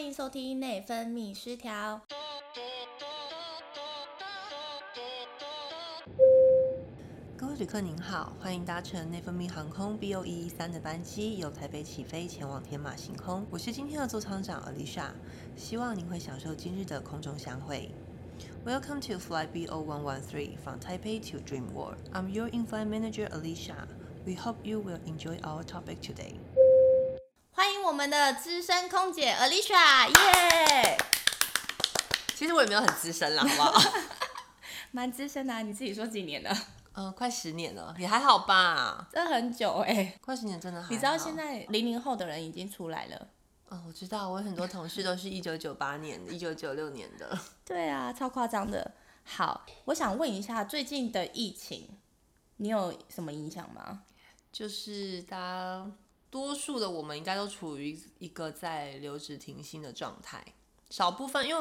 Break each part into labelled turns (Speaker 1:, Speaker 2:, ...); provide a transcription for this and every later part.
Speaker 1: 迎收听《内分泌失调》。
Speaker 2: 各位旅客您好，欢迎搭乘内分泌航空 BO 一一 E 三的班机，由台北起飞前往天马行空。我是今天的座舱长 Alicia，希望您会享受今日的空中相会。Welcome to Flight BO One One Three from Taipei to Dream World. I'm your in-flight manager Alicia. We hope you will enjoy our topic today.
Speaker 1: 欢迎我们的资深空姐 Alicia，耶！
Speaker 2: 其实我也没有很资深啦，好 不好？
Speaker 1: 蛮资深的、啊，你自己说几年了？
Speaker 2: 嗯、快十年了，也还好吧？
Speaker 1: 这很久哎、
Speaker 2: 快十年真的还好。
Speaker 1: 你知道现在零零后的人已经出来了。
Speaker 2: 嗯，我知道，我有很多同事都是一九九八年、一九九六年的。
Speaker 1: 对啊，超夸张的。好，我想问一下，最近的疫情，你有什么影响吗？
Speaker 2: 就是大家多数的我们应该都处于一个在留职停薪的状态，少部分因为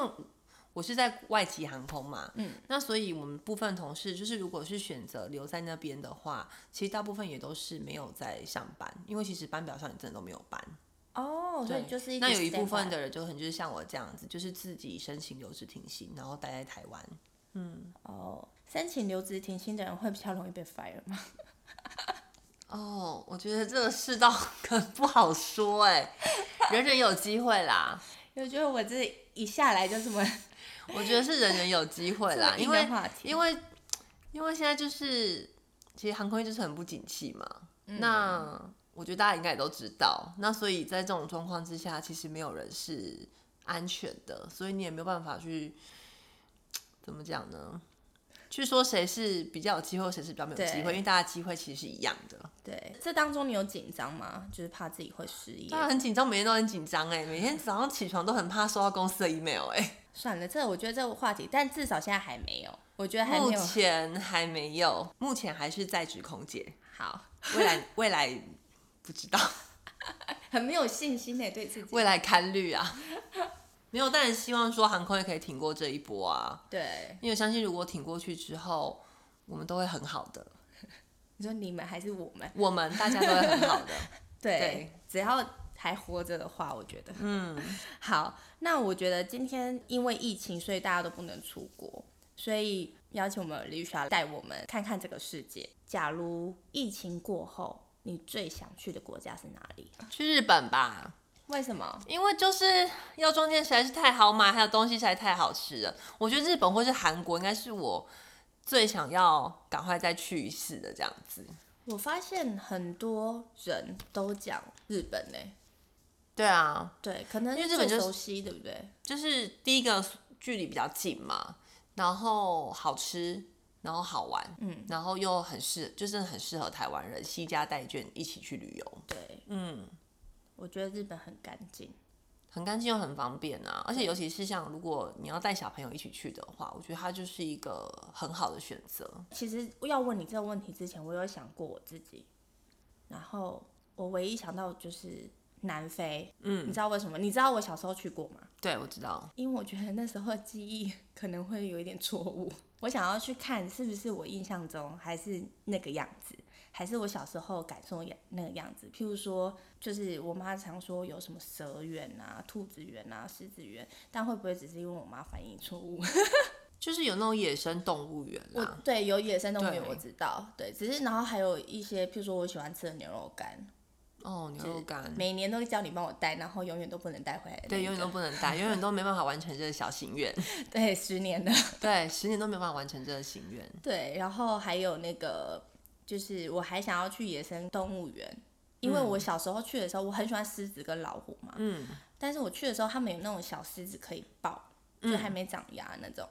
Speaker 2: 我是在外籍航空嘛，嗯，那所以我们部分同事就是如果是选择留在那边的话，其实大部分也都是没有在上班，因为其实班表上你真的都没有班。
Speaker 1: 哦，所以
Speaker 2: 对，
Speaker 1: 就是
Speaker 2: 那有
Speaker 1: 一
Speaker 2: 一
Speaker 1: 直
Speaker 2: 部
Speaker 1: stand by
Speaker 2: 分的人就很就是像我这样子，就是自己申请留职停薪，然后待在台湾。
Speaker 1: 哦，申请留职停薪的人会比较容易被 fire 吗？
Speaker 2: 哦，我觉得这个世道 可不好说哎、人人有机会啦，
Speaker 1: 我觉得我这一下来就这么
Speaker 2: 我觉得是人人有机会啦，
Speaker 1: 这么硬
Speaker 2: 因
Speaker 1: 的
Speaker 2: 为
Speaker 1: 话题
Speaker 2: 因为因为现在就是其实航空业就是很不景气嘛，
Speaker 1: 嗯
Speaker 2: 那我觉得大家应该也都知道，那所以在这种状况之下，其实没有人是安全的，所以你也没有办法去怎么讲呢？去说谁是比较有机会，谁是比较没有机
Speaker 1: 对
Speaker 2: 会，因为大家机会其实是一样的。
Speaker 1: 对，这当中你有紧张吗？就是怕自己会失业
Speaker 2: 当。然很紧张，每天都很紧张哎，每天早上起床都很怕收到公司的 email 哎、
Speaker 1: 算了，这我觉得这个话题，但至少现在还没有，我觉得还
Speaker 2: 目
Speaker 1: 没有
Speaker 2: 前还没有，目前还是在职空姐，
Speaker 1: 好，
Speaker 2: 未来 未来不知 道，
Speaker 1: 很没有信心呢，对自己。
Speaker 2: 未来看绿啊。没有，当然希望说航空也可以挺过这一波啊，
Speaker 1: 对，
Speaker 2: 因为我相信如果挺过去之后，我们都会很好的，
Speaker 1: 你说你们还是我们？
Speaker 2: 我们大家都会很 好的。
Speaker 1: 对，
Speaker 2: 对
Speaker 1: 只要还活着的话，我觉得
Speaker 2: 嗯，
Speaker 1: 好。那我觉得今天因为疫情，所以大家都不能出国，所以邀请我们 Lisha 带我们看看这个世界。假如疫情过后，你最想去的国家是哪里？
Speaker 2: 去日本吧，
Speaker 1: 为什么？
Speaker 2: 因为就是药妆店实在是太好买，还有东西实在太好吃了。我觉得日本或是韩国应该是我最想要赶快再去一次的这样子。
Speaker 1: 我发现很多人都讲日本呢、
Speaker 2: 对啊，
Speaker 1: 对，可能
Speaker 2: 因为日本
Speaker 1: 最
Speaker 2: 就
Speaker 1: 熟
Speaker 2: 是
Speaker 1: 悉，对不对？
Speaker 2: 就是第一个距离比较近嘛，然后好吃，然后好玩，嗯，然后又很适，就是很适合台湾人惜家带眷一起去旅游，
Speaker 1: 对，
Speaker 2: 嗯，
Speaker 1: 我觉得日本很干净。
Speaker 2: 很干净又很方便啊。而且尤其是像如果你要带小朋友一起去的话，我觉得它就是一个很好的选择。
Speaker 1: 其实要问你这个问题之前，我有想过我自己，然后我唯一想到就是南非。嗯，你知道为什么？你知道我小时候去过吗？
Speaker 2: 对，我知道，
Speaker 1: 因为我觉得那时候的记忆 可能会有一点错误。我想要去看是不是我印象中还是那个样子，还是我小时候感受也那个样子。譬如说，就是我妈常说有什么蛇园啊、兔子园啊、狮子园，但会不会只是因为我妈反应错误？
Speaker 2: 就是有那种野生动物园
Speaker 1: 我
Speaker 2: 啊，
Speaker 1: 对有野生动物园
Speaker 2: 对
Speaker 1: 我知道，对，只是然后还有一些，譬如说我喜欢吃的牛肉干，
Speaker 2: 哦，牛肉干，
Speaker 1: 每年都叫你帮我带，然后永远都不能带回来的那
Speaker 2: 对，
Speaker 1: 一
Speaker 2: 永
Speaker 1: 个。
Speaker 2: 远都不能 带，永远都没办法完成这个小心愿，
Speaker 1: 对十年的
Speaker 2: 对，十年都没办法完成这个心愿。
Speaker 1: 对，然后还有那个就是我还想要去野生动物园，因为我小时候去的时候我很喜欢狮子跟老虎嘛，
Speaker 2: 嗯，
Speaker 1: 但是我去的时候他们有那种小狮子可以抱，就还没长牙那种。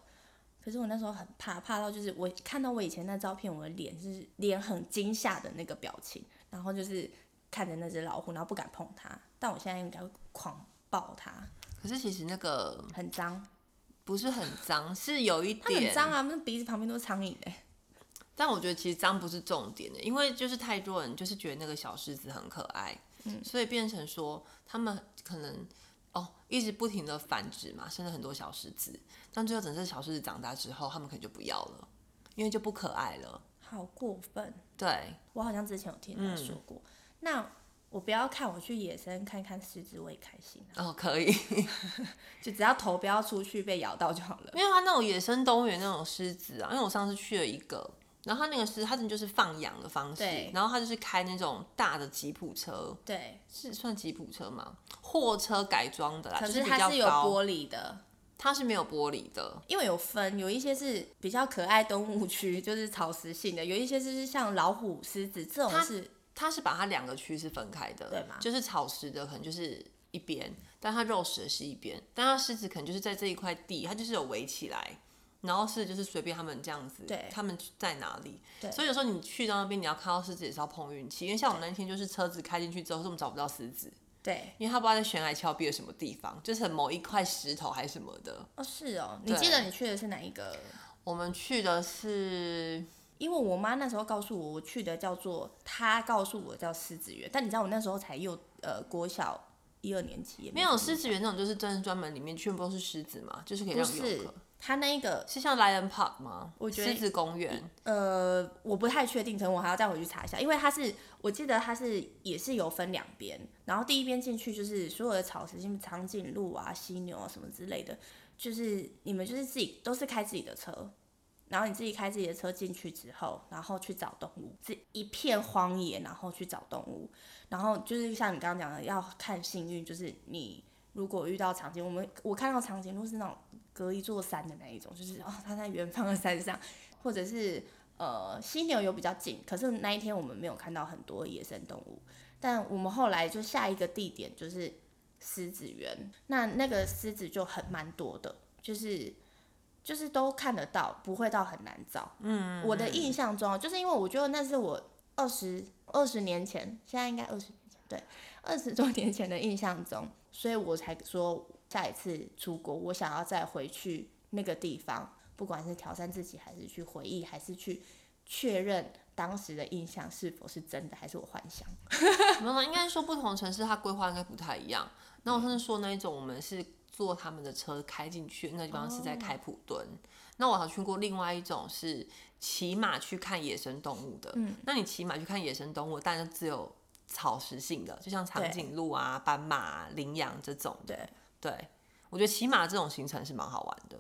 Speaker 1: 可是我那时候很怕，怕到就是我看到我以前那照片，我的脸是脸很惊吓的那个表情，然后就是看着那只老虎，然后不敢碰它。但我现在应该会狂抱它，
Speaker 2: 可是其实那个
Speaker 1: 很脏，
Speaker 2: 不是很脏，是有一
Speaker 1: 它们
Speaker 2: 点
Speaker 1: 很脏啊，那鼻子旁边都是苍蝇哎。
Speaker 2: 但我觉得其实脏不是重点的，因为就是太多人就是觉得那个小狮子很可爱，
Speaker 1: 嗯
Speaker 2: 所以变成说他们可能哦一直不停的繁殖嘛，生了很多小狮子，但最后等这小狮子长大之后，他们可能就不要了，因为就不可爱了。
Speaker 1: 好过分！
Speaker 2: 对，
Speaker 1: 嗯我好像之前有听他说过。那我不要看，我去野生看看狮子，我也开心、啊。
Speaker 2: 哦，可 以，
Speaker 1: 就只要头不要出去被咬到就好了。
Speaker 2: 因为啊它那种野生动物园那种狮子啊，因为我上次去了一个，然后它那个狮子它真的就是放养的方式
Speaker 1: 对，
Speaker 2: 然后它就是开那种大的吉普车，
Speaker 1: 对，
Speaker 2: 是算吉普车吗？货车改装的啦，
Speaker 1: 可
Speaker 2: 就是比较
Speaker 1: 啊它是有
Speaker 2: 高，
Speaker 1: 玻璃哦的，
Speaker 2: 它是没有玻璃的，
Speaker 1: 因为有分，有一些是比较可爱动物区，就是草食性的；有一些就是像老虎、狮子这种
Speaker 2: 它
Speaker 1: 是，
Speaker 2: 它是把它两个区是分开的，
Speaker 1: 对嘛
Speaker 2: 就是草食的可能就是一边，但它肉食的是一边，但它狮子可能就是在这一块地，它就是有围起来，然后是就是随便他们这样子，
Speaker 1: 对
Speaker 2: 他们在哪里，
Speaker 1: 对
Speaker 2: 所以有时候你去到那边，你要看到狮子也是要碰运气，因为像我们那天就是车子开进去之后，是我们找不到狮子，
Speaker 1: 对，
Speaker 2: 因为它不知道在悬崖峭壁的什么地方，就是很某一块石头还是什么的。
Speaker 1: 哦是哦。你
Speaker 2: 对
Speaker 1: 记得你去的是哪一个？
Speaker 2: 我们去的是
Speaker 1: 因为我妈那时候告诉我，我去的叫做她告诉我叫狮子园，但你知道我那时候才幼呃国小一二年级，也
Speaker 2: 没有
Speaker 1: 什么
Speaker 2: 狮子园那种，就是真的专门里面全部都是狮子嘛，就是可以
Speaker 1: 不
Speaker 2: 让游
Speaker 1: 是
Speaker 2: 客。
Speaker 1: 她那一个
Speaker 2: 是像 Lion Park 吗？
Speaker 1: 我觉得
Speaker 2: 狮子公园
Speaker 1: 呃，我不太确定，可能我还要再回去查一下，因为它是，我记得它是也是有分两边，然后第一边进去就是所有的草食性长颈鹿啊、犀牛啊什么之类的，就是你们就是自己都是开自己的车，然后你自己开自己的车进去之后，然后去找动物，这一片荒野，然后去找动物，然后就是像你刚刚讲的，要看幸运，就是你如果遇到长颈鹿，我们我看到长颈鹿是那种隔一座山的那一种，就是哦它在远方的山上，或者是呃犀牛有比较近，可是那一天我们没有看到很多野生动物，但我们后来就下一个地点就是狮子园，那那个狮子就很蛮多的，就是就是都看得到，不会到很难找。嗯，我的印象中啊，就是因为我觉得那是我二十二十年前，现在应该二十年前，对，二十多年前的印象中，所以我才说下一次出国，我想要再回去那个地方，不管是挑战自己，还是去回忆，还是去确认当时的印象是否是真的，还是我幻想。
Speaker 2: 没有啦，应该说不同城市它规划应该不太一样。那我上次说那一种，我们是坐他们的车开进去，那地方是
Speaker 1: 哦
Speaker 2: 在开普敦。那我还去过另外一种是骑马去看野生动物的。
Speaker 1: 嗯，
Speaker 2: 那你骑马去看野生动物，但是只有草食性的，就像长
Speaker 1: 对
Speaker 2: 颈鹿啊、斑马、啊、羚羊这种的。
Speaker 1: 对，
Speaker 2: 对，我觉得骑马这种行程是蛮好玩的。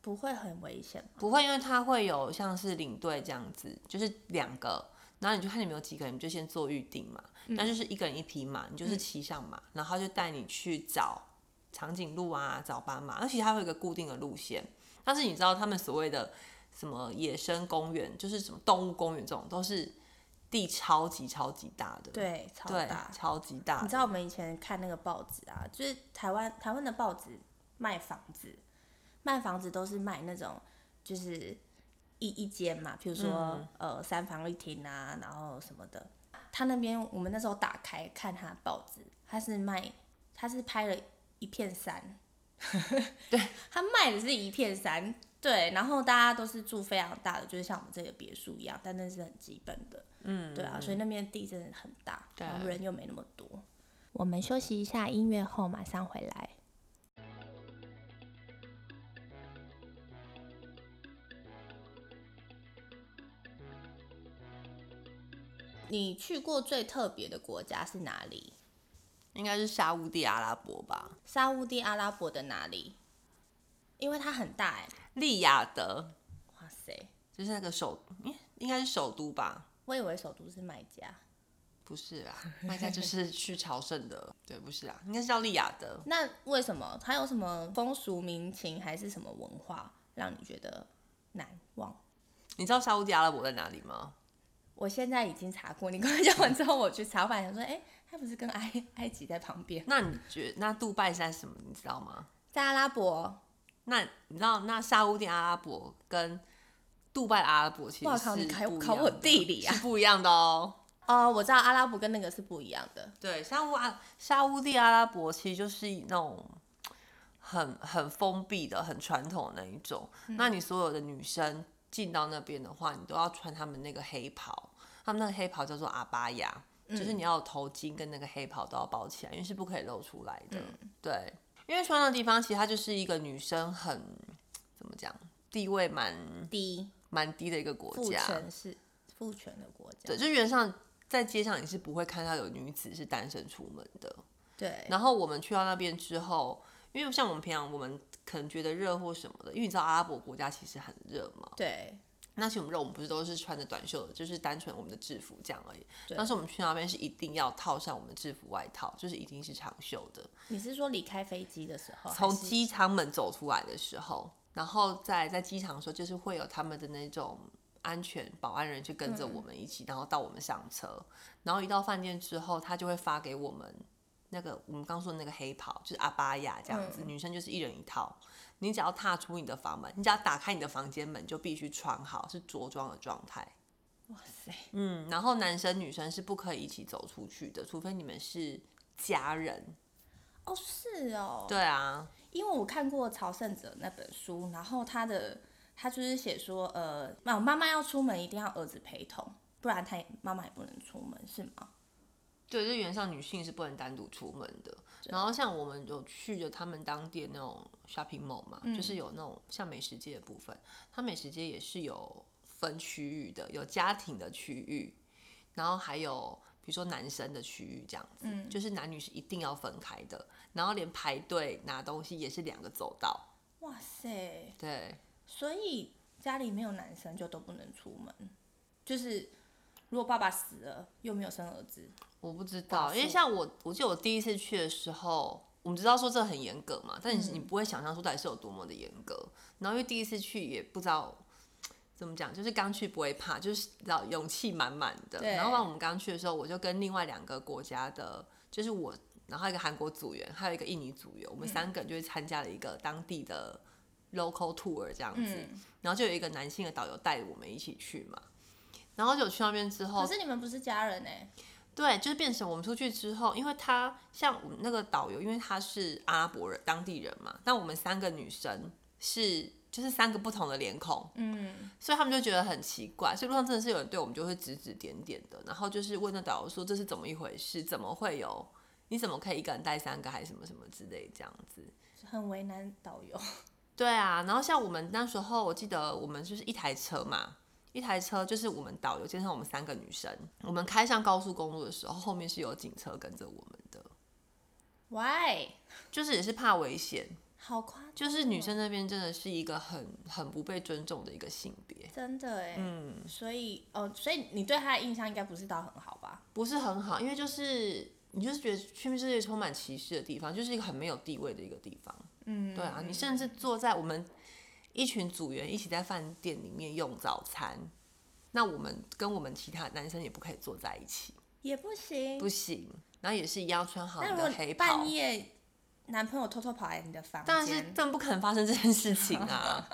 Speaker 1: 不会很危险吗？
Speaker 2: 不会，因为它会有像是领队这样子，就是两个，然后你就看你们有几个人，你就先做预定嘛。那就是一个人一匹马，
Speaker 1: 嗯
Speaker 2: 你就是骑上马，然后他就带你去找长颈鹿啊，找斑马，而且它会有一个固定的路线。但是你知道他们所谓的什么野生公园，就是什么动物公园这种，都是地超级超级大的，
Speaker 1: 对，超
Speaker 2: 对
Speaker 1: 大，。
Speaker 2: 超级大
Speaker 1: 你
Speaker 2: 的。
Speaker 1: 知道我们以前看那个报纸啊，就是台湾台湾的报纸卖房子，卖房子都是卖那种就是一一间嘛，比如说、呃三房一厅啊，然后什么的。他那边我们那时候打开看他的报纸，他是卖他是拍了一片山，对，他卖的是一片山，对，然后大家都是住非常大的，就是像我们这个别墅一样，但那是很基本的，嗯，对啊，所以那边地真的很大，
Speaker 2: 对
Speaker 1: 然后人又没那么多。我们休息一下音乐后马上回来。你去过最特别的国家是哪里？
Speaker 2: 应该是沙乌地阿拉伯吧，
Speaker 1: 沙乌地阿拉伯的哪里？因为它很大哎、
Speaker 2: 利雅得
Speaker 1: 哇塞！
Speaker 2: 就是那个首，应应该是首都吧。
Speaker 1: 我以为首都是麦加，
Speaker 2: 不是啦，麦加就是去朝圣的，对，不是啊，应该是叫利雅得。
Speaker 1: 那为什么它有什么风俗民情还是什么文化让你觉得难忘？
Speaker 2: 你知道沙烏地阿拉伯在哪里吗？
Speaker 1: 我现在已经查过，你跟我讲完之后，我去查，我本来想说，哎、它不是跟 埃埃及在旁边，
Speaker 2: 那你觉那杜拜是在什么？你知道吗？
Speaker 1: 在阿拉伯。
Speaker 2: 那你知道那沙烏地阿拉伯跟杜拜的阿拉伯其实
Speaker 1: 哇
Speaker 2: 是
Speaker 1: 靠你考
Speaker 2: 不一
Speaker 1: 考
Speaker 2: 样
Speaker 1: 我
Speaker 2: 的
Speaker 1: 地理啊
Speaker 2: 是不一样的哦。
Speaker 1: 哦，我知道阿拉伯跟那个是不一样的。
Speaker 2: 对，沙乌阿沙乌地阿拉伯其实就是那种很很封闭的、很传统的那一种。那你所有的女生进到那边的话，你都要穿他们那个黑袍，他们那个黑袍叫做阿巴雅，就是你要有头巾跟那个黑袍都要包起来，因为是不可以露出来的。对，因为穿的地方其实它就是一个女生很怎么讲，地位蛮
Speaker 1: 第一，
Speaker 2: 蛮低的一个国
Speaker 1: 父
Speaker 2: 家。
Speaker 1: 权是父权的国家
Speaker 2: 对，，就原上在街上你是不会看到有女子是单身出门的。
Speaker 1: 对，
Speaker 2: 然后我们去到那边之后，因为像我们平常我们可能觉得热或什么的，因为你知道阿拉伯国家其实很热嘛。
Speaker 1: 对，
Speaker 2: 那去我们热，我们不是都是穿着短袖的，就是单纯我们的制服这样而已。
Speaker 1: 对
Speaker 2: 但是我们去那边是一定要套上我们的制服外套，就是一定是长袖的。
Speaker 1: 你是说离开飞机的时候，
Speaker 2: 从
Speaker 1: 还是
Speaker 2: 机场门走出来的时候，然后在在机场的时候，就是会有他们的那种安全保安人去跟着我们一起，然后到我们上车，然后一到饭店之后，他就会发给我们那个我们刚说的那个黑袍，就是阿巴亚这样子，女生就是一人一套。你只要踏出你的房门，你只要打开你的房间门，就必须穿好，是着装的状态。
Speaker 1: 哇塞，
Speaker 2: 嗯，然后男生女生是不可以一起走出去的，除非你们是家人。
Speaker 1: 哦是哦，
Speaker 2: 对啊，
Speaker 1: 因为我看过朝圣者那本书，然后他的他就是写说，呃，妈妈妈要出门一定要儿子陪同，不然他也妈妈也不能出门，是吗？
Speaker 2: 对，就原上女性是不能单独出门的。然后像我们有去的他们当地的那种 shopping mall 嘛，就是有那种像美食街的部分，它美食街也是有分区域的，有家庭的区域，然后还有比如说男生的区域这样子，
Speaker 1: 嗯
Speaker 2: 就是男女是一定要分开的。然后连排队拿东西也是两个走道。
Speaker 1: 哇塞，
Speaker 2: 对，
Speaker 1: 所以家里没有男生就都不能出门，就是如果爸爸死了又没有生儿子，
Speaker 2: 我不知
Speaker 1: 寡
Speaker 2: 道，因为
Speaker 1: 妇
Speaker 2: 像我，我记得我第一次去的时候，我们知道说这很严格嘛，但你
Speaker 1: 嗯
Speaker 2: 你不会想象说到底是有多么的严格。然后因为第一次去也不知道怎么讲，就是刚去不会怕，就是你知道勇气满满的。
Speaker 1: 对
Speaker 2: 然后我们刚去的时候，我就跟另外两个国家的，就是我，然后还有一个韩国组员，还有一个印尼组员，我
Speaker 1: 嗯
Speaker 2: 们三个人就是参加了一个当地的 local tour 这样子。
Speaker 1: 嗯，
Speaker 2: 然后就有一个男性的导游带我们一起去嘛。然后就去那边之后
Speaker 1: 可，是你们不是家人哎、
Speaker 2: 对，就是变成我们出去之后，因为他像我们那个导游，因为他是阿拉伯人当地人嘛，但我们三个女生是就是三个不同的脸孔，
Speaker 1: 嗯，
Speaker 2: 所以他们就觉得很奇怪。所以路上真的是有人对我们就会指指点点的，然后就是问那导游说这是怎么一回事，怎么会有？你怎么可以一个人带三个还是什么什么之类这样子？
Speaker 1: 很为难导游，
Speaker 2: 对啊，然后像我们那时候，我记得我们就是一台车嘛，一台车就是我们导游加上我们三个女生，我们开上高速公路的时候，后面是有警车跟着我们的，
Speaker 1: 喂，
Speaker 2: 就是也是怕危险，
Speaker 1: 好夸张，
Speaker 2: 就是女生那边真的是一个很很不被尊重的一个性别，
Speaker 1: 真的哎、
Speaker 2: 嗯，
Speaker 1: 所以哦，所以你对他的印象应该不是到很好吧？
Speaker 2: 不是很好，因为就是你就是觉得去世界充满歧视的地方，就是一个很没有地位的一个地方，
Speaker 1: 嗯，
Speaker 2: 对啊，你甚至坐在我们一群组员一起在饭店里面用早餐，那我们跟我们其他男生也不可以坐在一起，
Speaker 1: 也不行。
Speaker 2: 不行。然后也是一样穿好
Speaker 1: 那
Speaker 2: 你
Speaker 1: 如
Speaker 2: 的
Speaker 1: 果
Speaker 2: 黑袍
Speaker 1: 半，夜男朋友偷偷跑来你的房间，
Speaker 2: 当然是更不可能发生这件事情 啊，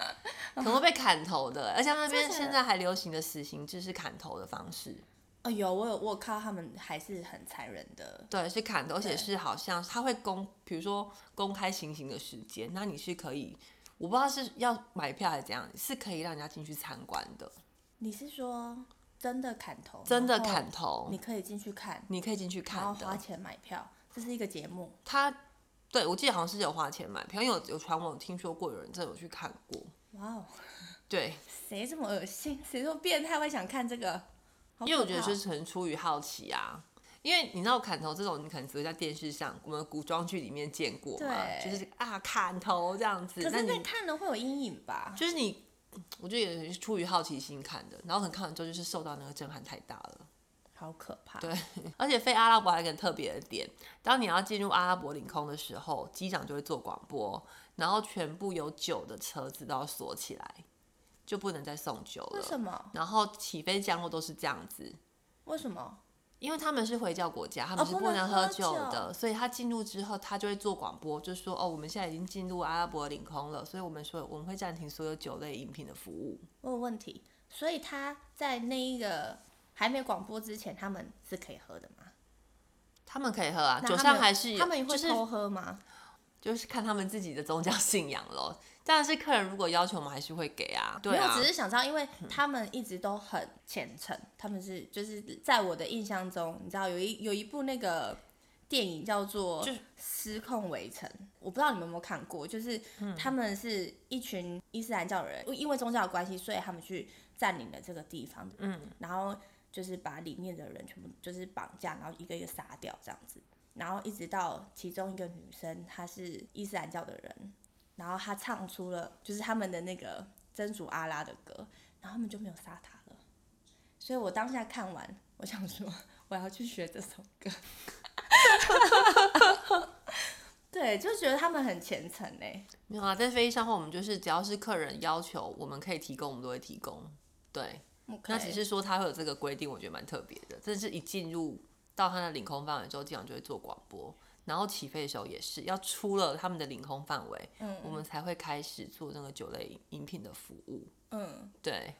Speaker 2: 可能会被砍头的。而且他们那边
Speaker 1: 真的
Speaker 2: 现在还流行的死刑制是砍头的方式，
Speaker 1: 哦，有我有我有看到他们还是很残忍的，
Speaker 2: 对，是砍头，而且
Speaker 1: 对
Speaker 2: 是好像他会公，比如说公开行刑的时间，那你是可以。我不知道是要买票还是怎样，是可以让人家进去参观的，
Speaker 1: 你是说真的砍头？
Speaker 2: 真的
Speaker 1: 然后
Speaker 2: 砍头。
Speaker 1: 你可以进去看，
Speaker 2: 你可以进去
Speaker 1: 然后
Speaker 2: 看
Speaker 1: 花
Speaker 2: 的。
Speaker 1: 钱买票，这是一个节目。
Speaker 2: 他对我记得好像是有花钱买票，因为有有传闻有听说过有人真的有去看过。
Speaker 1: 哇哦，
Speaker 2: 对，
Speaker 1: 谁这么恶心？谁这么变态会想看这个？好
Speaker 2: 因为我
Speaker 1: 可
Speaker 2: 觉得
Speaker 1: 怕
Speaker 2: 就是纯出于好奇啊。因为你知道砍头这种，你可能只会在电视上、我们古装剧里面见过嘛，
Speaker 1: 对
Speaker 2: 就是啊砍头这样子。
Speaker 1: 可
Speaker 2: 那
Speaker 1: 是那
Speaker 2: 你
Speaker 1: 看了会有阴影吧？
Speaker 2: 就是你，我觉得也是出于好奇心看的，然后可能看完之后就是受到那个震撼太大了。
Speaker 1: 好可怕。
Speaker 2: 对，而且飞阿拉伯还有一个很特别的点，当你要进入阿拉伯领空的时候，机长就会做广播，然后全部有酒的车子都要锁起来，就不能再送酒
Speaker 1: 为
Speaker 2: 了。
Speaker 1: 什么？
Speaker 2: 然后起飞降落都是这样子，
Speaker 1: 为什么？
Speaker 2: 因为他们是回教国家，他们
Speaker 1: 哦
Speaker 2: 是
Speaker 1: 不
Speaker 2: 不
Speaker 1: 能
Speaker 2: 能
Speaker 1: 喝
Speaker 2: 喝
Speaker 1: 酒
Speaker 2: 酒的，所以他进入之后，他就会做广播，就说哦，我们现在已经进入阿拉伯领空了，所以我们说我们会暂停所有酒类饮品的服务。
Speaker 1: 我有问题。所以他在那一个还没广播之前，他们是可以喝的吗？
Speaker 2: 他们可以喝啊，
Speaker 1: 那
Speaker 2: 酒
Speaker 1: 他
Speaker 2: 上
Speaker 1: 们
Speaker 2: 还是有
Speaker 1: 他们也
Speaker 2: 就
Speaker 1: 会
Speaker 2: 是
Speaker 1: 偷喝吗？
Speaker 2: 就是看他们自己的宗教 信仰咯。但是客人如果要求，我们还是会给啊。对啊
Speaker 1: 没有，，只是想知道，因为他们一直都很虔诚，他们是就是在我的印象中，你知道有一有一部那个电影叫做
Speaker 2: 就
Speaker 1: 《失控围城》，我不知道你们有没有看过，就是
Speaker 2: 嗯
Speaker 1: 他们是一群伊斯兰教人，因为宗教的关系，所以他们去占领了这个地方，嗯，然后就是把里面的人全部就是绑架，然后一个一个杀掉这样子。然后一直到其中一个女生，她是伊斯兰教的人，然后她唱出了就是他们的那个真主阿拉的歌，然后他们就没有杀她了。所以我当下看完，我想说我要去学这首歌。 对，就觉得他们很虔诚哎。
Speaker 2: 没有啊，在飞机上的话，我们就是只要是客人要求我们可以提供，我们都会提供。对，那只是说他会有这个规定，我觉得蛮特别的。但是一进入到他的领空范围之后，经常就会做广播，然后起飞的时候也是要出了他们的领空范围，
Speaker 1: 嗯
Speaker 2: 我们才会开始做那个酒类饮品的服务。
Speaker 1: 嗯，
Speaker 2: 对，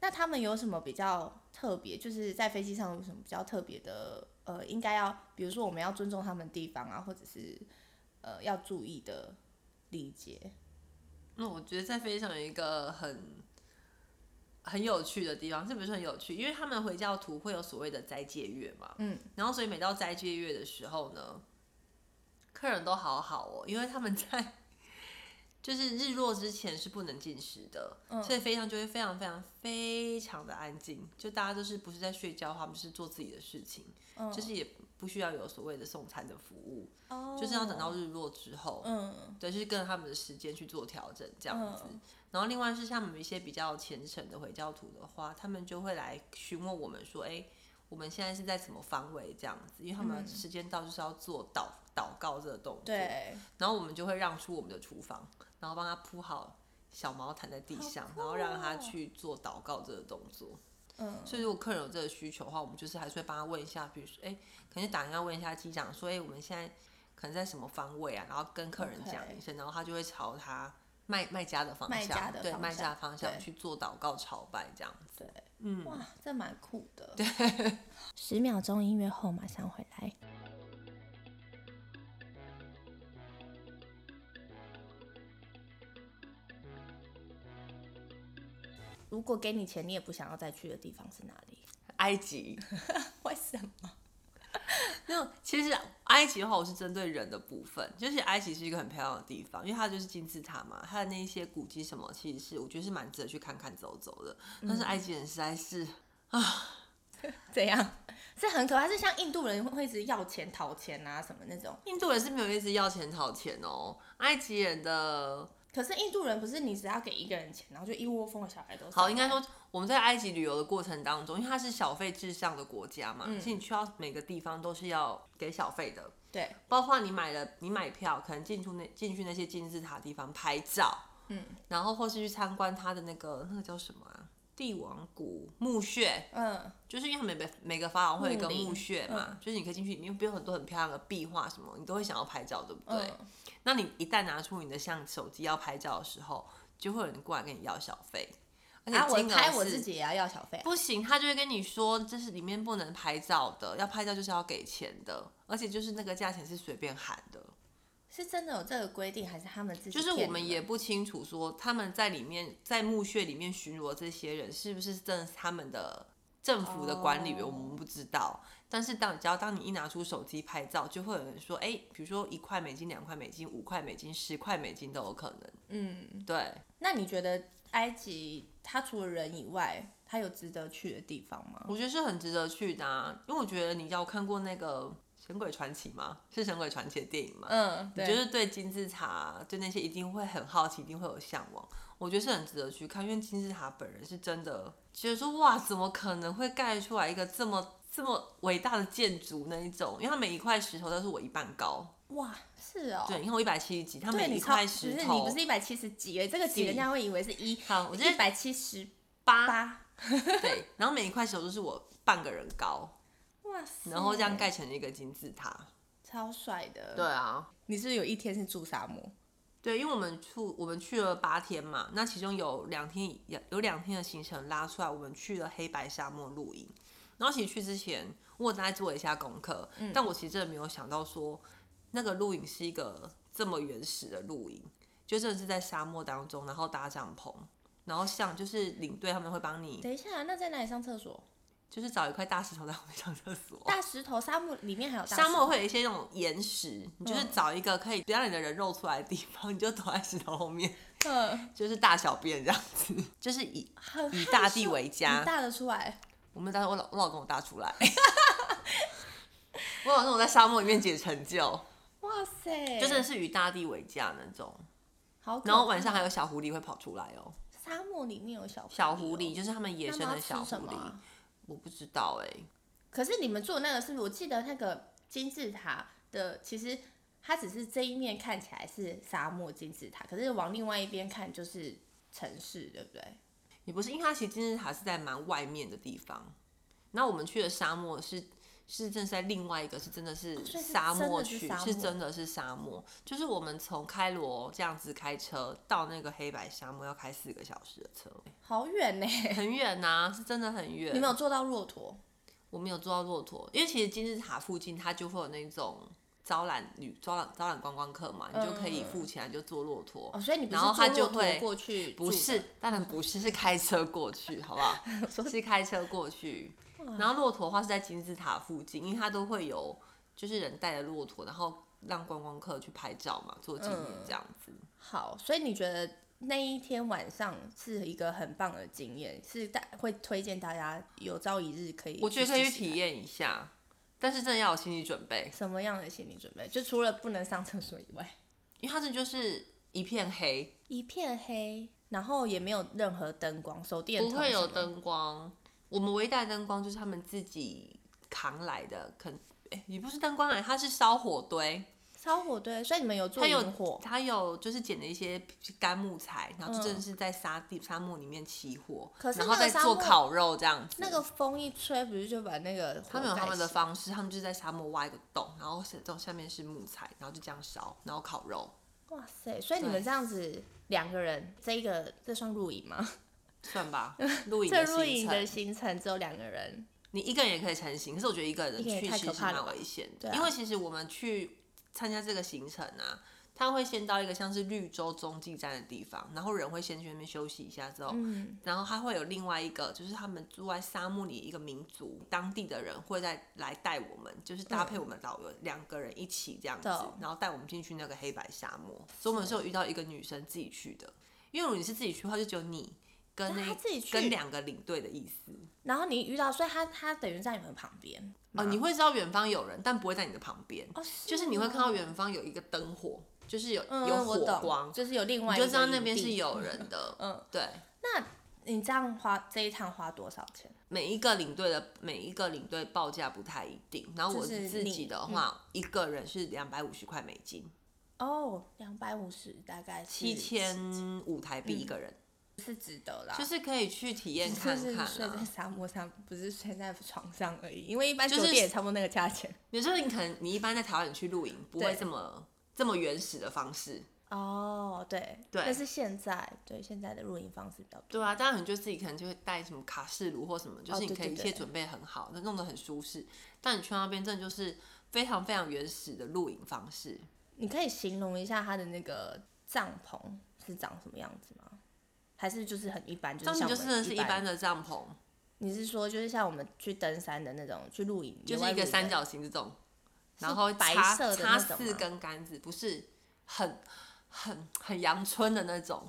Speaker 1: 那他们有什么比较特别？就是在飞机上有什么比较特别的？呃，应该要，比如说我们要尊重他们的地方啊，或者是呃要注意的礼节。
Speaker 2: 那我觉得在飞机上有一个很很有趣的地方，是不是很有趣？因为他们回教徒会有所谓的斋戒月嘛，
Speaker 1: 嗯，
Speaker 2: 然后所以每到斋戒月的时候呢，客人都好好哦，因为他们在就是日落之前是不能进食的，
Speaker 1: 嗯
Speaker 2: 所以飞机上就会非常非常非常的安静，就大家都是不是在睡觉，他们就是做自己的事情，
Speaker 1: 嗯，
Speaker 2: 就是也不需要有所谓的送餐的服务，
Speaker 1: 哦
Speaker 2: 就是要等到日落之后，
Speaker 1: 嗯
Speaker 2: 对，就是跟着他们的时间去做调整这样子。
Speaker 1: 嗯
Speaker 2: 然后另外是像我们一些比较虔诚的回教徒的话，他们就会来询问我们说：“哎、我们现在是在什么方位这样子？”因为他们
Speaker 1: 嗯
Speaker 2: 时间到就是要做祷祷告这个动作。。
Speaker 1: 对，
Speaker 2: 然后我们就会让出我们的厨房，然后帮他铺好小毛毯在地
Speaker 1: 好
Speaker 2: 上，
Speaker 1: 酷
Speaker 2: 然后让他
Speaker 1: 哦
Speaker 2: 去做祷告这个动作。
Speaker 1: 嗯
Speaker 2: 所以如果客人有这个需求的话，我们就是还是会帮他问一下，比如说，哎、可能就打电话问一下机长，说，哎、我们现在可能在什么方位啊？然后跟客人
Speaker 1: OK
Speaker 2: 讲一声然后他就会朝他卖卖家的方
Speaker 1: 卖家
Speaker 2: 向，
Speaker 1: 的
Speaker 2: 对
Speaker 1: 方
Speaker 2: 卖家的
Speaker 1: 向
Speaker 2: 方向
Speaker 1: 对
Speaker 2: 去做祷告朝拜这样子。
Speaker 1: 对，
Speaker 2: 嗯，
Speaker 1: 哇，这蛮酷的。对， 十秒钟音乐后马上回来。如果给你钱，你也不想要再去的地方是哪 里？
Speaker 2: 埃及，
Speaker 1: 为什 么？
Speaker 2: 那其实埃及的话，我是针对人的部分，就是埃及是一个很漂亮的地方，因为它就是金字塔嘛，它的那一些古迹什么，其实是我觉得是蛮值得去看看走走的。但
Speaker 1: 嗯
Speaker 2: 是埃及人实在是。
Speaker 1: 怎样？ 是很可怕，是像印度人会一直要钱、讨钱啊什么那种。
Speaker 2: 印度人是没有一直要钱讨钱哦，埃及人的
Speaker 1: 可是印度人不是你只要给一个人钱，然后就一窝蜂的小孩都上
Speaker 2: 好，
Speaker 1: 来
Speaker 2: 应该说我们在埃及旅游的过程当中，因为它是小费至上的国家嘛，
Speaker 1: 嗯
Speaker 2: 所以你去到每个地方都是要给小费的，
Speaker 1: 对，
Speaker 2: 包括你买了你买票，可能进出那进去那些金字塔地方拍照，
Speaker 1: 嗯，
Speaker 2: 然后或是去参观它的那个那个叫什么啊？帝王谷墓穴，
Speaker 1: 嗯
Speaker 2: 就是因为它每个每个法老会有一个
Speaker 1: 墓陵
Speaker 2: 墓穴嘛，
Speaker 1: 嗯
Speaker 2: 就是你可以进去里面，不有很多很漂亮的壁画什么，你都会想要拍照，对不对？
Speaker 1: 嗯，
Speaker 2: 那你一旦拿出你的相手机要拍照的时候，就会有人过来跟你要小费，而且
Speaker 1: 啊，我
Speaker 2: 金额
Speaker 1: 拍我
Speaker 2: 是
Speaker 1: 自己也要要小费啊，
Speaker 2: 不行，他就会跟你说这是里面不能拍照的，要拍照就是要给钱的，而且就是那个价钱是随便喊的，
Speaker 1: 是真的有这个规定，还是他们自己？
Speaker 2: 就是我们也，不清楚说他们在里面在墓穴里面巡逻这些人是不是真的是他们的政府的管理员，
Speaker 1: 哦
Speaker 2: 我们不知道。但是当只要当你一拿出手机拍照，就会有人说，哎、比如说一块美金、两块美金、五块美金、十块美金都有可能，
Speaker 1: 嗯，
Speaker 2: 对。
Speaker 1: 那你觉得埃及它除了人以外，它有值得去的地方吗？
Speaker 2: 我觉得是很值得去的、啊，因为我觉得你有看过那个《神鬼传奇》吗？是《神鬼传奇》的电影吗？
Speaker 1: 嗯，
Speaker 2: 你
Speaker 1: 对，
Speaker 2: 就是对金字塔，对那些一定会很好奇，一定会有向往。我觉得是很值得去看，因为金字塔本人是真的觉得说，哇，怎么可能会盖出来一个这么这么伟大的建筑那一种？因为它每一块石头都是我一半高，
Speaker 1: 哇，是哦，
Speaker 2: 对，你看我一百七十几，它
Speaker 1: 对，
Speaker 2: 每
Speaker 1: 你
Speaker 2: 一
Speaker 1: 超
Speaker 2: 块
Speaker 1: 不
Speaker 2: 石
Speaker 1: 是你
Speaker 2: 头
Speaker 1: 不是一百七十几耶，这个
Speaker 2: 几
Speaker 1: 几人家会以为是一，
Speaker 2: 好我觉得
Speaker 1: 一百七十
Speaker 2: 八，
Speaker 1: 八，
Speaker 2: 对，然后每一块石头都是我半个人高，
Speaker 1: 哇塞，
Speaker 2: 然后这样盖成一个金字塔。
Speaker 1: 超帅的，
Speaker 2: 对，啊，
Speaker 1: 你是不是有一天是住沙漠？
Speaker 2: 对，因为我们去我们去了八天嘛，那其中有两天有有两天的行程拉出来，我们去了黑白沙漠露营。然后其实去之前，我有大概做了一下功课，
Speaker 1: 嗯
Speaker 2: 但我其实真的没有想到说那个露营是一个这么原始的露营，就真的是在沙漠当中，然后搭帐篷，然后像就是领队他们会帮你，
Speaker 1: 等一下，那在哪里上厕所？
Speaker 2: 就是找一块大石头在后面上厕所。
Speaker 1: 大石头沙漠里面还有大
Speaker 2: 沙
Speaker 1: 石
Speaker 2: 漠
Speaker 1: 头嗯
Speaker 2: 会有一些那种岩石，你就是找一个可以不让你的人露出来的地方，你就躲在石头后面。
Speaker 1: 嗯，
Speaker 2: 就是大小便这样子，就是以
Speaker 1: 很
Speaker 2: 以
Speaker 1: 害
Speaker 2: 大地
Speaker 1: 羞
Speaker 2: 为家
Speaker 1: 以大的出来，
Speaker 2: 我没有搭，我老我老公我搭出来。 我老公我在沙漠里面解成就，
Speaker 1: 哇塞，
Speaker 2: 就真的是与大地为家那种。
Speaker 1: 好可怕。
Speaker 2: 然后晚上还有小狐狸会跑出来哦，
Speaker 1: 沙漠里面有小
Speaker 2: 小狐狸
Speaker 1: 哦
Speaker 2: 就是他们野生
Speaker 1: 那它
Speaker 2: 的
Speaker 1: 吃
Speaker 2: 小狐
Speaker 1: 什么
Speaker 2: 狸
Speaker 1: 啊。
Speaker 2: 我不知道哎、
Speaker 1: 可是你们做那个是不是？我记得那个金字塔的，其实它只是这一面看起来是沙漠金字塔，可是往另外一边看就是城市，对不对？
Speaker 2: 也不是，因为它其实金字塔是在蛮外面的地方，然后我们去的沙漠是是真的是在另外一个是真的是
Speaker 1: 哦所以是
Speaker 2: 沙
Speaker 1: 真的
Speaker 2: 漠
Speaker 1: 是
Speaker 2: 区，
Speaker 1: 沙
Speaker 2: 是
Speaker 1: 漠
Speaker 2: 真的是沙漠，就是我们从开罗这样子开车到那个黑白沙漠要开四个小时的车，
Speaker 1: 好远 呢、
Speaker 2: 很远呐、是真的很远。
Speaker 1: 你们有坐到骆驼？
Speaker 2: 我没有坐到骆驼，因为其实金字塔附近它就会有那种招揽旅招揽招揽观光客嘛，你就可以
Speaker 1: 嗯
Speaker 2: 付钱就坐骆驼。
Speaker 1: 哦，所以你不是
Speaker 2: 然后他
Speaker 1: 坐
Speaker 2: 就
Speaker 1: 骆驼
Speaker 2: 会
Speaker 1: 过去住的？
Speaker 2: 不是，当然不是，是开车过去，好不好？ 是开车过去。然后骆驼的话是在金字塔附近，因为它都会有就是人带着骆驼，然后让观光客去拍照嘛，做纪念
Speaker 1: 嗯
Speaker 2: 这样子。
Speaker 1: 好，所以你觉得那一天晚上是一个很棒的经验，是大会推荐大家有朝一日可以，
Speaker 2: 我觉得可以去
Speaker 1: 体
Speaker 2: 体验一下，但是真的要有心理准备，
Speaker 1: 什么样的心理准备？就除了不能上厕所以外，
Speaker 2: 因为它这就是一片黑，
Speaker 1: 一片黑，然后也没有任何灯光，手电
Speaker 2: 不
Speaker 1: 筒
Speaker 2: 会有
Speaker 1: 什么的。
Speaker 2: 灯光。我们唯一带灯光就是他们自己扛来的，肯、诶也不是灯光来，它是烧火堆。
Speaker 1: 烧火对，所以你们有做
Speaker 2: 它有
Speaker 1: 萤火，嗯
Speaker 2: 他有就是捡了一些干木材，然后就真的是在沙地、沙漠里面起火，
Speaker 1: 可是
Speaker 2: 然后
Speaker 1: 那个
Speaker 2: 再
Speaker 1: 沙
Speaker 2: 做
Speaker 1: 漠
Speaker 2: 烤肉这样子。
Speaker 1: 那个风一吹，不是就把那个
Speaker 2: 他
Speaker 1: 火
Speaker 2: 们有
Speaker 1: 盖
Speaker 2: 他们的
Speaker 1: 熄
Speaker 2: 方式，他们就是在沙漠挖一个洞，然后下这种下面是木材，然后就这样烧，然后烤肉，
Speaker 1: 哇塞！所以你们
Speaker 2: 对
Speaker 1: 这样子两个人，这一个这算露营吗？
Speaker 2: 算 吧，露营
Speaker 1: 这
Speaker 2: 的
Speaker 1: 露
Speaker 2: 行
Speaker 1: 营的
Speaker 2: 程，
Speaker 1: 行程只有两个人，
Speaker 2: 你一个人也可以成行，可是我觉得一个人
Speaker 1: 一个人
Speaker 2: 去
Speaker 1: 太
Speaker 2: 其
Speaker 1: 可
Speaker 2: 实
Speaker 1: 怕了
Speaker 2: 蛮
Speaker 1: 吧
Speaker 2: 危险的，
Speaker 1: 对啊
Speaker 2: 因为其实我们去参加这个行程啊。他会先到一个像是绿洲中继站的地方，然后人会先去那边休息一下，之后
Speaker 1: 嗯，
Speaker 2: 然后还会有另外一个，就是他们住在沙漠里一个民族，当地的人会再来带我们，就是搭配我们导游、两个人一起这样子
Speaker 1: 嗯懂，
Speaker 2: 然后带我们进去那个黑白沙漠。所以我们是有遇到一个女生自己去的，因为如果你是自己去的话，就只有你跟
Speaker 1: 那
Speaker 2: 那
Speaker 1: 她自己去
Speaker 2: 跟两个领队的意思
Speaker 1: 然后你遇到，所以他他等于在你们旁边
Speaker 2: 哦，你会知道远方有人，但不会在你的旁边，
Speaker 1: 嗯哦，
Speaker 2: 就是你会看到
Speaker 1: 哦
Speaker 2: 远方有一个灯火，就是有、
Speaker 1: 嗯，
Speaker 2: 有
Speaker 1: 我
Speaker 2: 火
Speaker 1: 懂
Speaker 2: 光，
Speaker 1: 就是有另
Speaker 2: 你
Speaker 1: 外一
Speaker 2: 就
Speaker 1: 个
Speaker 2: 知道那
Speaker 1: 营
Speaker 2: 边是
Speaker 1: 地。
Speaker 2: 有人的。
Speaker 1: 嗯，
Speaker 2: 对，
Speaker 1: 那你这样花这一趟花多少钱？
Speaker 2: 每一个领队的每一个领队报价不太一定，然后我
Speaker 1: 就是
Speaker 2: 自己
Speaker 1: 你
Speaker 2: 的话，一个人是两百五十块美金，
Speaker 1: 哦，两百五十，大概是
Speaker 2: 七，千五台币一个人，
Speaker 1: 是值得啦。
Speaker 2: 嗯就是可以去体验
Speaker 1: 就
Speaker 2: 看
Speaker 1: 是
Speaker 2: 看
Speaker 1: 睡在
Speaker 2: 啊。
Speaker 1: 沙漠上，不是睡在床上而已，因为一般
Speaker 2: 就
Speaker 1: 酒
Speaker 2: 是
Speaker 1: 店也差不多那个价钱。
Speaker 2: 有时候你可能你一般在台湾你去露营不会
Speaker 1: 对
Speaker 2: 这么这么原始的方式，
Speaker 1: 哦，对，
Speaker 2: 对
Speaker 1: 但是现在对现在的露营方式比较多。
Speaker 2: 对啊，当然你就自己可能就会带什么卡式炉或什么，就
Speaker 1: 哦
Speaker 2: 是你
Speaker 1: 对
Speaker 2: 可以一
Speaker 1: 对
Speaker 2: 切
Speaker 1: 对
Speaker 2: 准备很好，那弄得很舒适。但你去那边真的就是非常非常原始的露营方式，
Speaker 1: 你可以形容一下它的那个帐篷是长什么样子吗？还是就是很一般，就
Speaker 2: 当
Speaker 1: 是像
Speaker 2: 时就
Speaker 1: 我
Speaker 2: 真的
Speaker 1: 们
Speaker 2: 是一
Speaker 1: 一
Speaker 2: 般。的帐篷，
Speaker 1: 你是说就是像我们去登山的那种，去露营，
Speaker 2: 就
Speaker 1: 野外
Speaker 2: 是一
Speaker 1: 露
Speaker 2: 个
Speaker 1: 营
Speaker 2: 三
Speaker 1: 的
Speaker 2: 角形这种，
Speaker 1: 是
Speaker 2: 然后
Speaker 1: 白
Speaker 2: 插
Speaker 1: 色的
Speaker 2: 插
Speaker 1: 那种
Speaker 2: 四
Speaker 1: 吗
Speaker 2: 根杆子，不是很很很阳春的那种，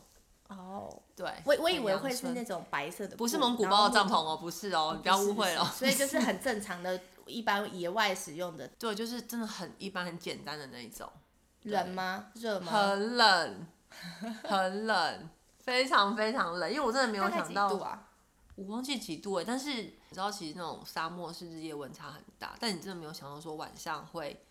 Speaker 1: 哦，
Speaker 2: 对，
Speaker 1: 我我以
Speaker 2: 很
Speaker 1: 为
Speaker 2: 阳
Speaker 1: 会是
Speaker 2: 春
Speaker 1: 那种白色的布，
Speaker 2: 不是蒙古
Speaker 1: 然后
Speaker 2: 包的
Speaker 1: 木
Speaker 2: 帐
Speaker 1: 头
Speaker 2: 篷哦，不是哦，你不要误会哦。
Speaker 1: 所以就是很正常的，一般野外使用 的
Speaker 2: 对，就是真的很一般、很简单的那一种，
Speaker 1: 冷吗？热吗？
Speaker 2: 很冷，很冷，非常非常冷。因为我真的没有
Speaker 1: 大概
Speaker 2: 想
Speaker 1: 几
Speaker 2: 到，
Speaker 1: 度啊？
Speaker 2: 我忘记几度哎，但是你知道，其实那种沙漠是日夜温差很大，但你真的没有想到说晚上会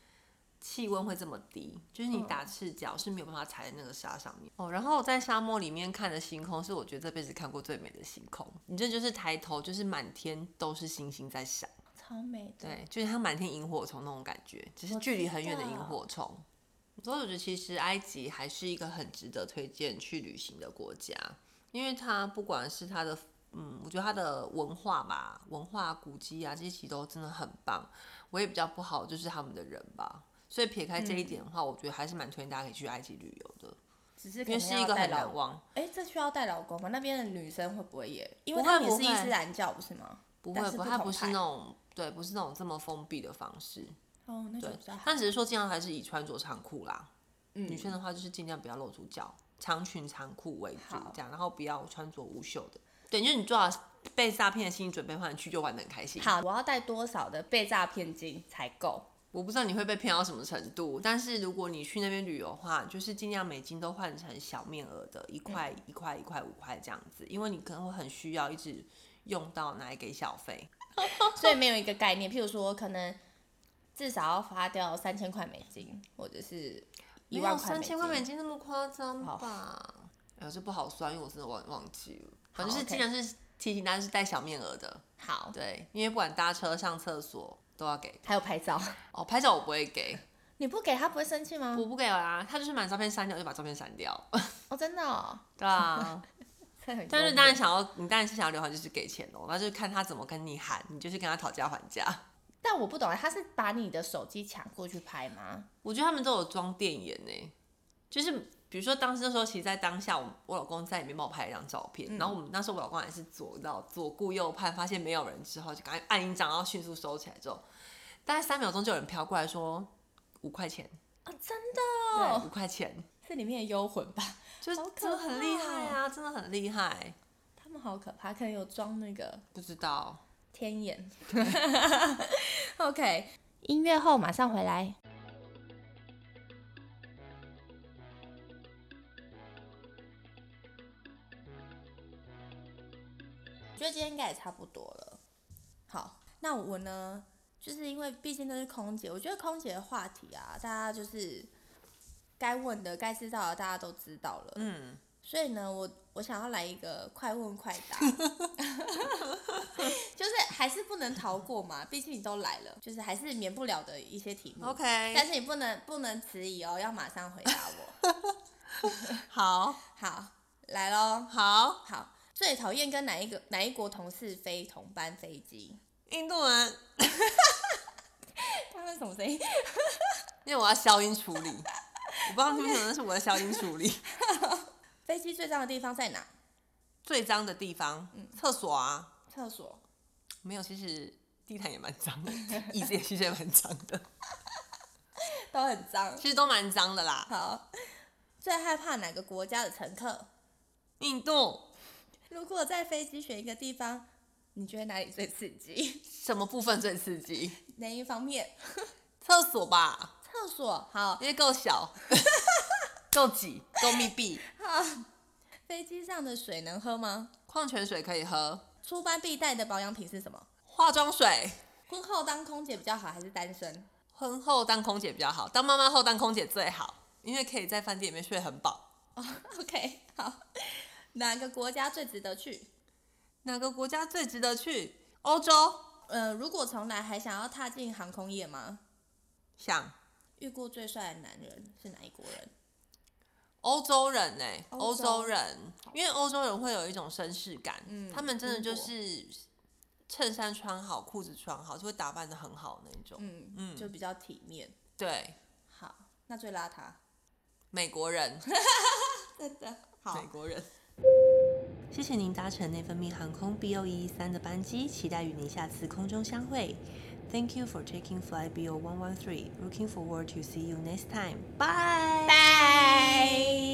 Speaker 2: 气温会这么低，就是你
Speaker 1: 嗯
Speaker 2: 打赤脚是没有办法踩在那个沙上面哦。然后在沙漠里面看的星空，是我觉得这辈子看过最美的星空。你这就是抬头，就是满天都是星星在闪，
Speaker 1: 超美的。
Speaker 2: 对，就是它满天萤火虫那种感觉，只是
Speaker 1: 我
Speaker 2: 距离
Speaker 1: 知
Speaker 2: 很远的萤
Speaker 1: 道
Speaker 2: 火虫。所以我觉得其实埃及还是一个很值得推荐去旅行的国家，因为它不管是它的，嗯，我觉得它的文化吧，文化古迹啊，这些其实都真的很棒。我也比较不好就是他们的人吧，所以撇开
Speaker 1: 嗯
Speaker 2: 这一点的话，我觉得还是蛮推荐大家可以去埃及旅游的，
Speaker 1: 只是可
Speaker 2: 因为
Speaker 1: 能
Speaker 2: 是
Speaker 1: 要
Speaker 2: 一个
Speaker 1: 带
Speaker 2: 很
Speaker 1: 老
Speaker 2: 难，忘。
Speaker 1: 哎，这需要带老公吗？那边的女生会不会也？因为
Speaker 2: 不
Speaker 1: 他
Speaker 2: 会
Speaker 1: 们也是
Speaker 2: 不
Speaker 1: 伊
Speaker 2: 会
Speaker 1: 斯兰教，不是吗？
Speaker 2: 不
Speaker 1: 但
Speaker 2: 会，
Speaker 1: 是
Speaker 2: 不，
Speaker 1: 不
Speaker 2: 它
Speaker 1: 同
Speaker 2: 不是
Speaker 1: 派
Speaker 2: 那种，对，不是那种这么封闭的方式。
Speaker 1: 哦，那就
Speaker 2: 对
Speaker 1: 比较，好。
Speaker 2: 但只是说尽量还是以穿着长裤啦。
Speaker 1: 嗯
Speaker 2: 女生的话就是尽量不要露出脚，长裙长裤为主
Speaker 1: 好
Speaker 2: 这样，然后不要穿着无袖的。对，就是你做好被诈骗的心理准备的话，你去就玩的很开心。
Speaker 1: 好，我要带多少的被诈骗金才够？
Speaker 2: 我不知道你会被骗到什么程度，但是如果你去那边旅游的话，就是尽量美金都换成小面额的，一块、一块、一块、五块这样子，因为你可能会很需要一直用到拿来给小费。
Speaker 1: 所以没有一个概念。譬如说，可能至少要发掉三千块美金，或者是一
Speaker 2: 没有
Speaker 1: 万块
Speaker 2: 三
Speaker 1: 美金。
Speaker 2: 千块美金那么夸张
Speaker 1: 好
Speaker 2: 吧？哎呦，这不好算，因为我真的忘忘记了。反正
Speaker 1: 好
Speaker 2: 是，
Speaker 1: ，OK
Speaker 2: 既然是提醒大家是带小面额的，
Speaker 1: 好，
Speaker 2: 对，因为不管搭车、上厕所都要给。
Speaker 1: 还有拍照，
Speaker 2: 哦，拍照我不会给，
Speaker 1: 你不给他不会生气吗？
Speaker 2: 我不给啦，他就是把照片删掉，就把照片删掉。
Speaker 1: 哦，真的、哦，
Speaker 2: 对啊，
Speaker 1: 这很
Speaker 2: 但
Speaker 1: 幽
Speaker 2: 是
Speaker 1: 默
Speaker 2: 当然想要，你当然是想要留好，就是给钱哦咯，那就是看他怎么跟你喊，你就是跟他讨价还价。
Speaker 1: 但我不懂，欸他是把你的手机抢过去拍吗？
Speaker 2: 我觉得他们都有装电眼呢，就是比如说当时那时候，其实，在当下，我我老公在里面帮我拍了一张照片，然后我们那时候我老公还是左到左顾右盼，发现没有人之后，就赶快按一张，然后迅速收起来之后，大概三秒钟就有人飘过来说五块钱，
Speaker 1: 啊、真的
Speaker 2: 对，
Speaker 1: 哦，
Speaker 2: 五块钱，
Speaker 1: 是里面的幽魂吧？
Speaker 2: 就是
Speaker 1: 好可
Speaker 2: 真的很厉害
Speaker 1: 怕
Speaker 2: 啊，真的很厉害，
Speaker 1: 他们好可怕，可能有装那个
Speaker 2: 不知道。
Speaker 1: 天眼。OK，音乐后马上回来。我觉得今天应该也差不多了。好，那我呢，就是因为毕竟都是空姐，我觉得空姐的话题啊，大家就是该问的、该知道的，大家都知道了。
Speaker 2: 嗯，
Speaker 1: 所以呢，我我想要来一个快问快答，就是还是不能逃过嘛，毕竟你都来了，就是还是免不了的一些题目。
Speaker 2: OK，
Speaker 1: 但是你不能不能迟疑哦，要马上回答我。
Speaker 2: 好
Speaker 1: 好，来喽。
Speaker 2: 好，
Speaker 1: 好，最讨厌跟哪一个哪一国同事飞同班飞机？
Speaker 2: 印度人，
Speaker 1: 刚刚什么声音？
Speaker 2: 因为我要消音处理，我不知道听不懂，但是我要消音处理。
Speaker 1: 飞机最脏的地方在哪？
Speaker 2: 最脏的地方，
Speaker 1: 嗯
Speaker 2: 厕所啊，
Speaker 1: 厕所。
Speaker 2: 没有，其实地毯也蛮脏 的，椅子也其实也蛮脏的，
Speaker 1: 都很脏。
Speaker 2: 其实都蛮脏的啦。
Speaker 1: 好，最害怕哪个国家的乘客？
Speaker 2: 印度
Speaker 1: 如果在飞机选一个地方，你觉得哪里最刺激？
Speaker 2: 什么部分最刺激？
Speaker 1: 哪一方面？
Speaker 2: 厕所吧，
Speaker 1: 厕所好，
Speaker 2: 因为够小， 够挤，够密闭，
Speaker 1: 飞机上的水能喝吗？
Speaker 2: 矿泉水可以喝，
Speaker 1: 出班必带的保养品是什么？
Speaker 2: 化妆水。
Speaker 1: 婚后当空姐比较好还是单身？
Speaker 2: 婚后当空姐比较好，当妈妈后当空姐最好，因为可以在饭店里面睡很饱。
Speaker 1: 哦、o k 好，哪个国家最值得去？
Speaker 2: 哪个国家最值得去？欧洲，
Speaker 1: 呃，如果重来，还想要踏进航空业吗？
Speaker 2: 想
Speaker 1: 遇过最帅的男人是哪一国人？
Speaker 2: 欧洲人呢、
Speaker 1: 欧
Speaker 2: 欧
Speaker 1: 洲
Speaker 2: 洲人，因为欧洲人会有一种绅士感，
Speaker 1: 嗯
Speaker 2: 他们真的
Speaker 1: 英国
Speaker 2: 就是衬衫穿好，裤子穿好，就会打扮的很好那种。
Speaker 1: 嗯嗯，
Speaker 2: 嗯
Speaker 1: 就比较体面。
Speaker 2: 对，
Speaker 1: 好，那最邋遢，
Speaker 2: 美国人，
Speaker 1: 真的
Speaker 2: 美
Speaker 1: 好。
Speaker 2: 国人，谢谢您搭乘内分泌航空 BO 一一三的班机，期待与您下次空中相会。Thank you for taking flight BO one one three. Looking forward to see you next time. Bye.
Speaker 1: 拜。